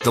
The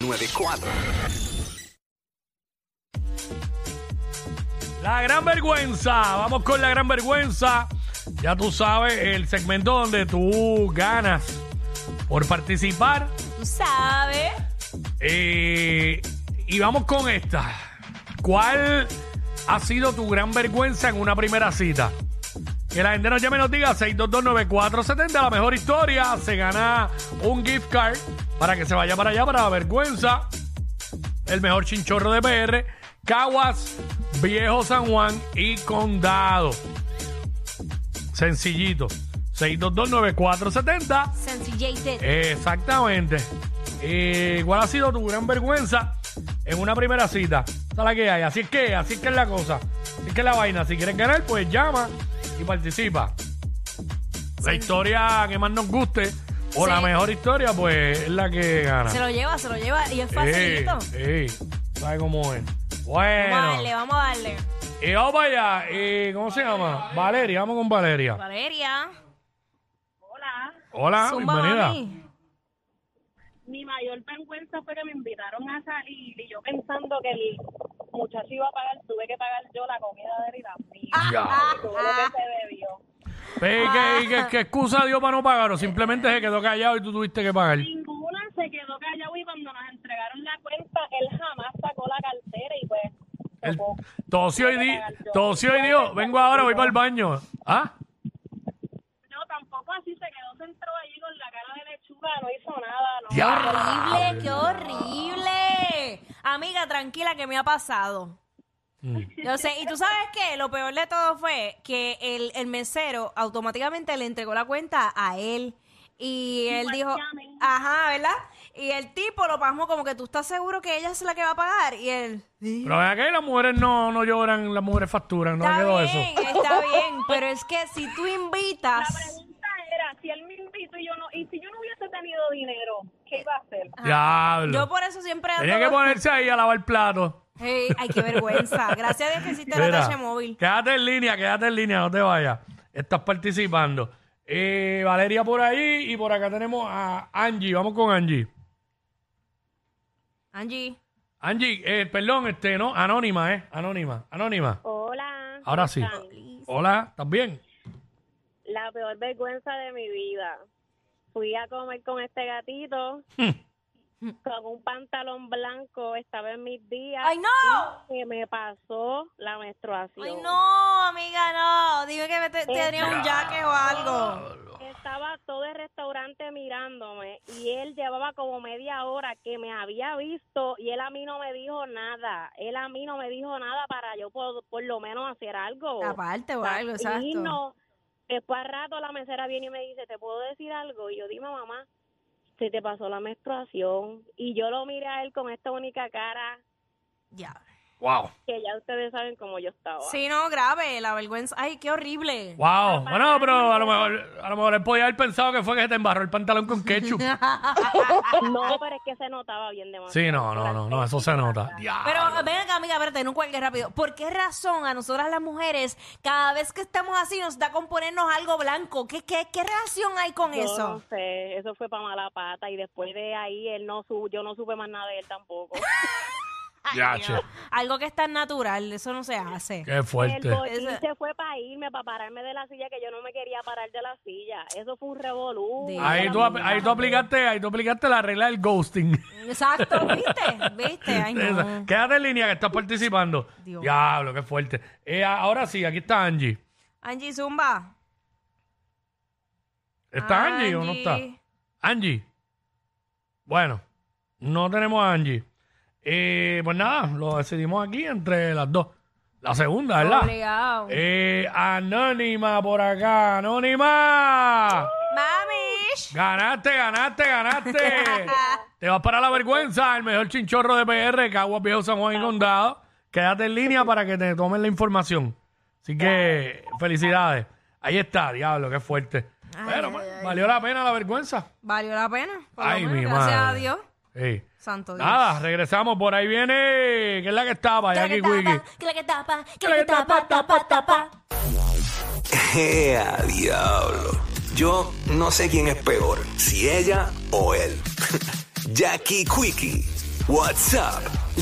94. La gran vergüenza. Vamos con la gran vergüenza. Ya tú sabes, el segmento donde tú ganas por participar. Tú sabes. Eh, y vamos con esta. ¿Cuál ha sido tu gran vergüenza en una primera cita? Que la gente nos llame y nos diga 6229470, la mejor historia. Se gana un gift card para que se vaya para allá para la vergüenza. El mejor chinchorro de PR, Caguas, Viejo San Juan y Condado. Sencillito. 6229470. Sencillated. Exactamente. Eh, ¿Cuál ha sido tu gran vergüenza en una primera cita? Esa es la que hay. Así es que, así es que es la cosa. Así es que es la vaina. Si quieres ganar, pues llama y participa. La historia que más nos guste o Sí. la mejor historia, pues es la que gana. Se lo lleva, se lo lleva. Y es Ey, facilito. ey, ¿Sabes cómo es? Bueno. Vamos a darle, vamos a darle. Y vamos para allá. Eh, ¿Cómo se llama? Valeria. Vamos con Valeria. Valeria. Hola, Zumba, Ah, bienvenida. mami. Mi mayor vergüenza fue que me invitaron a salir y yo pensando que el muchacho iba a pagar, tuve que pagar yo la comida de él y la mía. Ya. y Todo lo Ah. que se bebió. Pero, Pues, ¿y Ah. qué, y qué- qué excusa dio para no pagar? ¿O simplemente se quedó callado y tú tuviste que pagar? Ninguna se quedó callado y cuando nos entregaron la cuenta, él jamás sacó la cartera y pues... El tocó. tosió y, di, tosió y dijo, vengo ahora, voy para el baño. ¿Ah? No, tampoco así se quedó centrado allí con la cara de lechuga, no hizo nada. No, Ya. Horrible, qué horrible. Amiga, tranquila, que me ha pasado. Yo sé, y tú sabes qué, lo peor de todo fue que el, el mesero automáticamente le entregó la cuenta a él. Y él dijo, llamen. ajá, ¿verdad? Y el tipo lo pasmó como que tú estás seguro que ella es la que va a pagar. Y él, "Sí". Pero ven acá, y las mujeres no, no lloran, las mujeres facturan, no me está quedó bien, eso. está bien, pero es que si tú La invitas... pregunta era si él me invitó y yo no... Y si yo no hubiese tenido dinero, ¿qué iba a hacer? Yo Diablo. por eso siempre... ando- Tenía que ponerse ahí a lavar plato. Ey, ay, qué vergüenza. Gracias a Dios que hiciste la Mira, tache móvil. quédate en línea, quédate en línea, no te vayas. Estás participando. Eh, Valeria por ahí y por acá tenemos a Angie. Vamos con Angie. Angie. Angie, eh, perdón, este, no, anónima, ¿eh? Anónima, anónima. Hola. Ahora sí. Hola, ¿estás bien? La peor vergüenza de mi vida. Fui a comer con este gatito con un pantalón blanco, estaba en mis días. ¡Ay, no! Que me pasó la menstruación. ¡Ay, no, amiga, no! Dime que te, te tenía un jaque o algo. Estaba todo el restaurante mirándome y él llevaba como media hora que me había visto y él a mí no me dijo nada. Él a mí no me dijo nada para yo por, por lo menos hacer algo. Aparte o sea, algo, y exacto. no, después al rato la mesera viene y me dice, ¿te puedo decir algo? Y yo, dime mamá, se te pasó la menstruación. Y yo lo miré a él con esta única cara Ya. Wow. que ya ustedes saben cómo yo estaba. Sí, no, grave, la vergüenza. ¡Ay, qué horrible! Wow. Bueno, pero a lo mejor, a lo mejor él podía haber pensado que fue que se te embarró el pantalón con ketchup. No, pero es que se notaba bien demasiado. Sí, no, no, no, no, eso se nota. Ya. Pero eh, ven acá, amiga, espérate, no cuelgues rápido. ¿Por qué razón a nosotras las mujeres, cada vez que estamos así, nos da con ponernos algo blanco? ¿Qué, qué, qué relación hay con Yo eso? No sé, eso fue para mala pata y después de ahí él no su- yo no supe más nada de él tampoco. Ay, Ya, Dios. che. Algo que es tan natural, eso no se hace. Qué el fuerte. botín se fue para irme, para pararme de la silla que yo no me quería parar de la silla. Eso fue un revolú. De- Ahí tú, ap- ahí tú aplicaste, ahí tú aplicaste la regla del ghosting. Exacto, ¿viste? ¿Viste? Ay, no. Quédate en línea que estás participando. Dios. Diablo, qué fuerte. Eh, a- ahora sí, aquí está Angie. Angie Zumba. ¿Está Angie, o no está? Angie. Bueno, no tenemos a Angie. Eh, pues nada, lo decidimos aquí entre las dos. La segunda, ¿verdad? Obligado. Eh, anónima por acá, anónima. Mami. Ganaste, ganaste, ganaste. Te vas para la vergüenza, el mejor chinchorro de PR, Caguas Viejo San Ah. Juan y Condado. Quédate en línea para que te tomen la información. Así que, felicidades. Ahí está, diablo, qué fuerte. Pero, man, valió la pena la vergüenza. Valió la pena. por lo Ay, menos, mi gracias madre. Ah, a Dios. Sí. Santo Dios. Nada, regresamos. Por ahí viene. ¿Qué es la que estaba? Jackie Quickie. que la que tapa, que la que tapa, tapa, tapa. ¡Ea, diablo! Yo no sé quién es peor, si ella o él. Jackie Quickie, what's up?